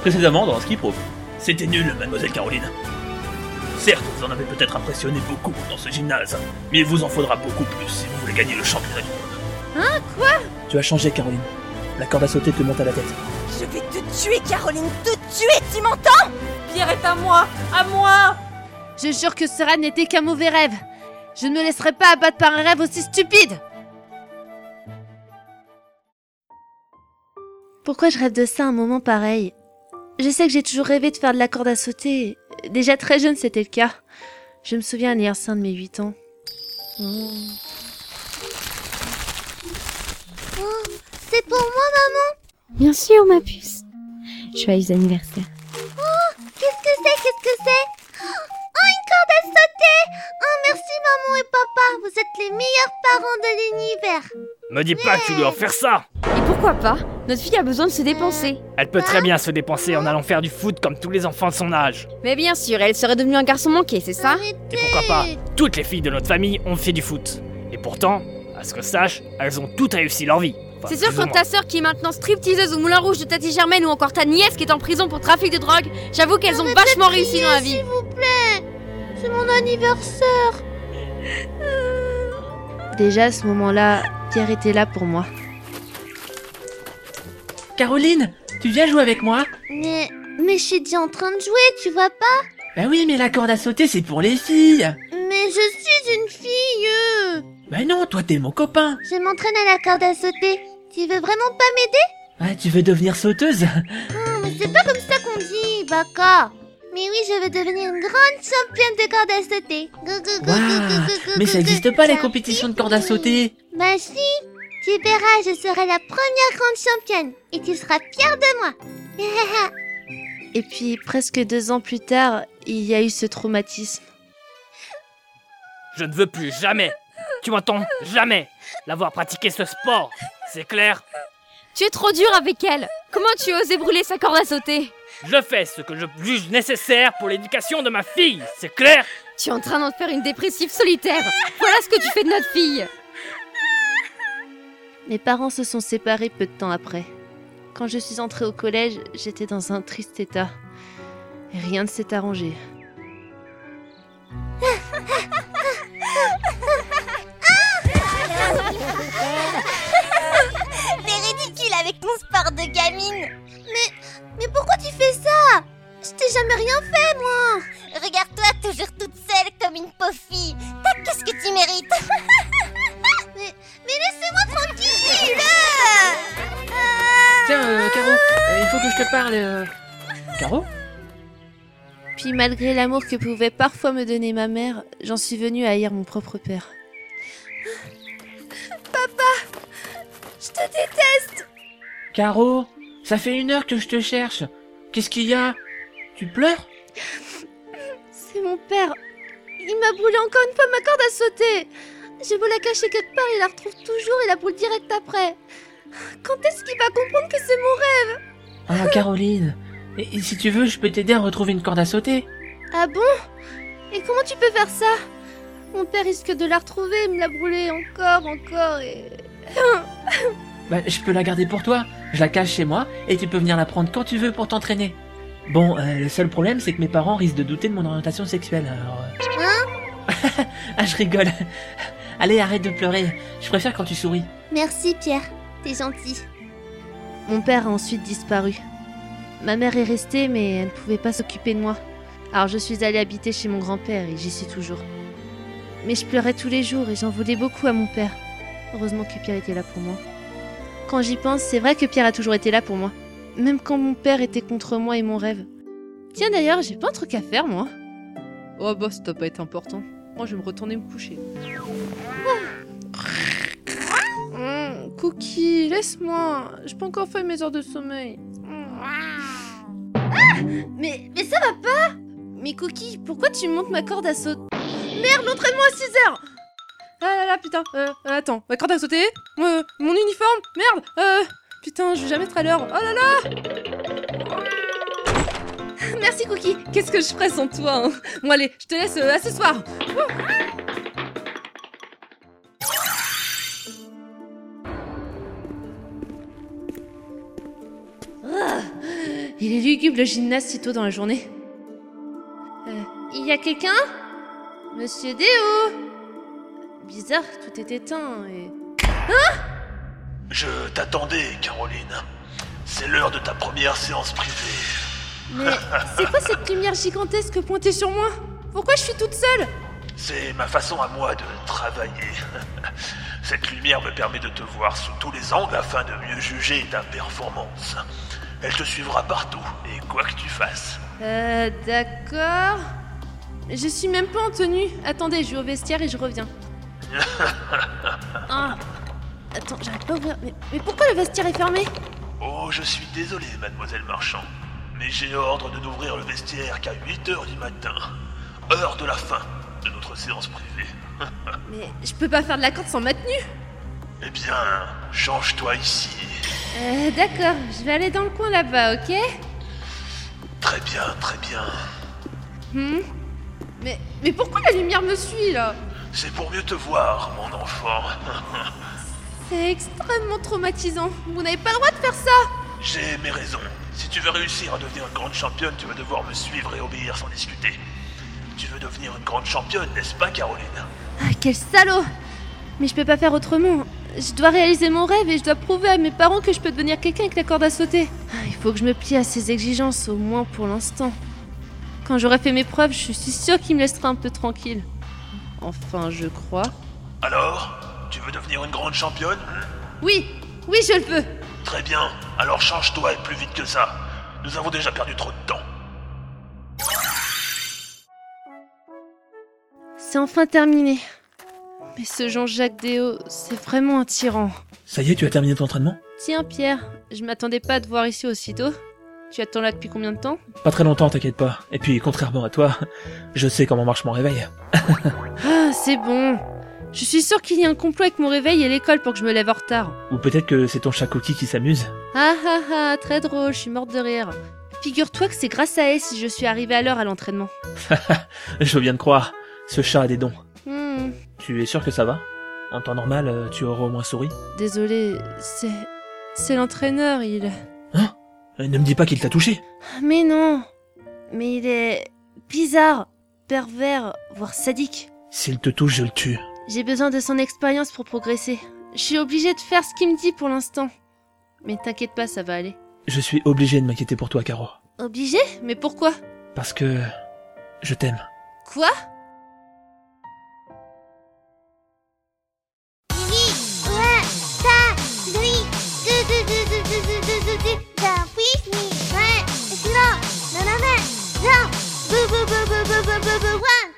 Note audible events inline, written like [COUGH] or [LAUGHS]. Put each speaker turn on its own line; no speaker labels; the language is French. précédemment dans Ski Pro. C'était nul, mademoiselle Caroline. Certes, vous en avez peut-être impressionné beaucoup dans ce gymnase, mais il vous en faudra beaucoup plus si vous voulez gagner le championnat du monde.
Hein Quoi
Tu as changé, Caroline. La corde à sauter te monte à la tête.
Je vais te tuer, Caroline Te tuer, tu m'entends
Pierre est à moi À moi
Je jure que cela n'était qu'un mauvais rêve. Je ne me laisserai pas abattre par un rêve aussi stupide Pourquoi je rêve de ça un moment pareil Je sais que j'ai toujours rêvé de faire de la corde à sauter. Déjà très jeune, c'était le cas. Je me souviens un hyacin de mes 8 ans. Oh.
Oh, c'est pour moi, maman
Bien sûr, ma puce. Joyeux anniversaire.
Oh, qu'est-ce que c'est Qu'est-ce que c'est Oh, une corde à sauter Oh, merci, maman et papa. Vous êtes les meilleurs parents de l'univers.
Me dis pas que tu dois en faire ça
Et pourquoi pas Notre fille a besoin de se dépenser.
Elle peut très bien se dépenser en allant faire du foot comme tous les enfants de son âge.
Mais bien sûr, elle serait devenue un garçon manqué, c'est ça
Et
Arrêtez
pourquoi pas Toutes les filles de notre famille ont fait du foot. Et pourtant, à ce que je sache, elles ont toutes réussi leur vie. Enfin,
C'est sûr
plus ou
quand
moins.
ta sœur qui est maintenant stripteaseuse au Moulin Rouge de Tati Germaine ou encore ta nièce qui est en prison pour trafic de drogue, j'avoue qu'elles ont vachement réussi dans la vie.
S'il vous plaît C'est mon anniversaire
Déjà à ce moment-là, Pierre était là pour moi.
Caroline, tu viens jouer avec moi
Mais. Mais je suis déjà en train de jouer, tu vois pas
Bah oui, mais la corde à sauter, c'est pour les filles
Mais je suis une fille euh.
Bah non, toi t'es mon copain
Je m'entraîne à la corde à sauter. Tu veux vraiment pas m'aider
Ah, tu veux devenir sauteuse
Hum, Mais c'est pas comme ça qu'on dit, Baka Mais oui, je veux devenir une grande championne de corde à sauter. Go, go, go, go, go, go, go,
Waouh Mais
go,
ça
go.
existe pas les
Ça
compétitions de
existe,
corde à
oui.
sauter
Bah si Tu verras, je serai la première grande championne. Et tu seras fière de moi.
Et puis, presque deux ans plus tard, il y a eu ce traumatisme.
Je ne veux plus jamais, tu m'entends, jamais, l'avoir pratiqué ce sport. C'est clair
Tu es trop dur avec elle. Comment tu as osé brûler sa corde à sauter
Je fais ce que je juge nécessaire pour l'éducation de ma fille. C'est clair
Tu es en train d'en faire une dépressive solitaire. Voilà ce que tu fais de notre fille.
Mes parents se sont séparés peu de temps après. Quand je suis entrée au collège, j'étais dans un triste état. Et Rien ne s'est arrangé.
T'es ridicule avec ton sport de gamine
Mais pourquoi tu fais ça Je t'ai jamais rien fait, moi
Regarde-toi toujours toute seule comme une pauvre fille T'as qu'est-ce que tu mérites
[LAUGHS] Mais laissez-moi tranquille
Tiens, euh, Caro, euh, il faut que je te parle. euh. Caro
Puis malgré l'amour que pouvait parfois me donner ma mère, j'en suis venue à haïr mon propre père.
Je te déteste
Caro Ça fait une heure que je te cherche. Qu'est-ce qu'il y a Tu pleures
C'est mon père Il m'a brûlé encore une fois ma corde à sauter J'ai beau la cacher quelque part, il la retrouve toujours et la brûle direct après Quand est-ce qu'il va comprendre que c'est mon rêve
Ah, Caroline et, et si tu veux, je peux t'aider à retrouver une corde à sauter.
Ah bon Et comment tu peux faire ça Mon père risque de la retrouver, et me la brûler encore, encore et...
Bah, je peux la garder pour toi. Je la cache chez moi et tu peux venir la prendre quand tu veux pour t'entraîner. Bon, euh, le seul problème, c'est que mes parents risquent de douter de mon orientation sexuelle, alors... euh. [LAUGHS] Ah, je rigole. Allez, arrête de pleurer. Je préfère quand tu souris.
Merci, Pierre. T'es gentil.
Mon père a ensuite disparu. Ma mère est restée, mais elle ne pouvait pas s'occuper de moi. Alors je suis allée habiter chez mon grand-père et j'y suis toujours. Mais je pleurais tous les jours et j'en voulais beaucoup à mon père. Heureusement que Pierre était là pour moi. Quand j'y pense, c'est vrai que Pierre a toujours été là pour moi. Même quand mon père était contre moi et mon rêve. Tiens d'ailleurs, j'ai pas un truc à faire moi. Oh bah ça doit pas être important. Moi je vais me retourner me coucher. Mmh, Cookie, laisse-moi. J'ai pas encore fait mes heures de sommeil. Ah Mais, mais ça va pas Mais Cookie, pourquoi tu montes ma corde à sauter Merde, l'entraînement à 6 heures Ah là là, putain, euh, euh, attends, ma corde à sauter euh, Mon uniforme Merde euh, Putain, je vais jamais être à l'heure Oh là là Merci Cookie, qu'est-ce que je ferais sans toi hein Bon allez, je te laisse, euh, à ce soir Il est lugubre le gymnase si tôt dans la journée. Euh, il y a quelqu'un Monsieur Déo Bizarre, tout est éteint et...
Je t'attendais, Caroline. C'est l'heure de ta première séance privée.
Mais c'est quoi cette lumière gigantesque pointée sur moi Pourquoi je suis toute seule
C'est ma façon à moi de travailler. [LAUGHS] Cette lumière me permet de te voir sous tous les angles afin de mieux juger ta performance. Elle te suivra partout et quoi que tu fasses.
Euh, d'accord. Je suis même pas en tenue. Attendez, je vais au vestiaire et je reviens. ah. Attends, j'arrive pas à ouvrir. Mais, mais pourquoi le vestiaire est fermé
Oh, je suis désolé, mademoiselle Marchand. Mais j'ai ordre de n'ouvrir le vestiaire qu'à 8h du matin. Heure de la fin de notre séance privée.
Mais je peux pas faire de la corde sans ma tenue.
Eh bien, change-toi ici.
Euh, d'accord. Je vais aller dans le coin là-bas, ok
Très bien, très bien.
Hmm mais, mais pourquoi la lumière me suit là
C'est pour mieux te voir, mon enfant.
C'est extrêmement traumatisant. Vous n'avez pas le droit de faire ça
J'ai mes raisons. Si tu veux réussir à devenir une grande championne, tu vas devoir me suivre et obéir sans discuter. Tu veux devenir une grande championne, n'est-ce pas, Caroline
Ah, quel salaud Mais je peux pas faire autrement. Je dois réaliser mon rêve et je dois prouver à mes parents que je peux devenir quelqu'un avec la corde à sauter. Ah, Il faut que je me plie à ces exigences, au moins pour l'instant. Quand j'aurai fait mes preuves, je suis sûre qu'il me laissera un peu tranquille. Enfin, je crois.
Alors, tu veux devenir une grande championne hein
Oui Oui, je le veux
Très bien, alors change-toi et plus vite que ça. Nous avons déjà perdu trop de temps.
C'est enfin terminé. Mais ce Jean-Jacques Déo, c'est vraiment un tyran.
Ça y est, tu as terminé ton entraînement
Tiens, Pierre, je m'attendais pas à te voir ici aussitôt. Tu attends là depuis combien de temps
Pas très longtemps, t'inquiète pas. Et puis, contrairement à toi, je sais comment marche mon réveil.
Ah, c'est bon. Je suis sûre qu'il y a un complot avec mon réveil et l'école pour que je me lève en retard.
Ou peut-être que c'est ton chat Cookie qui s'amuse.
Ah ah ah, très drôle, je suis morte de rire. Figure-toi que c'est grâce à elle si je suis arrivée à l'heure à l'entraînement.
Je veux bien te croire, ce chat a des dons.
Hmm,
Tu es sûr que ça va En temps normal, euh, tu auras au moins souri
désolé, c'est. C'est l'entraîneur, il.
Euh, Ne me dis pas qu'il t'a touché
Mais non Mais il est. bizarre, pervers, voire sadique.
S'il te touche, je le tue.
J'ai besoin de son expérience pour progresser. Je suis obligée de faire ce qu'il me dit pour l'instant. Mais t'inquiète pas, ça va aller.
Je suis obligé de m'inquiéter pour toi, Caro.
Obligée Mais pourquoi
Parce que... Je t'aime.
Quoi
Wow.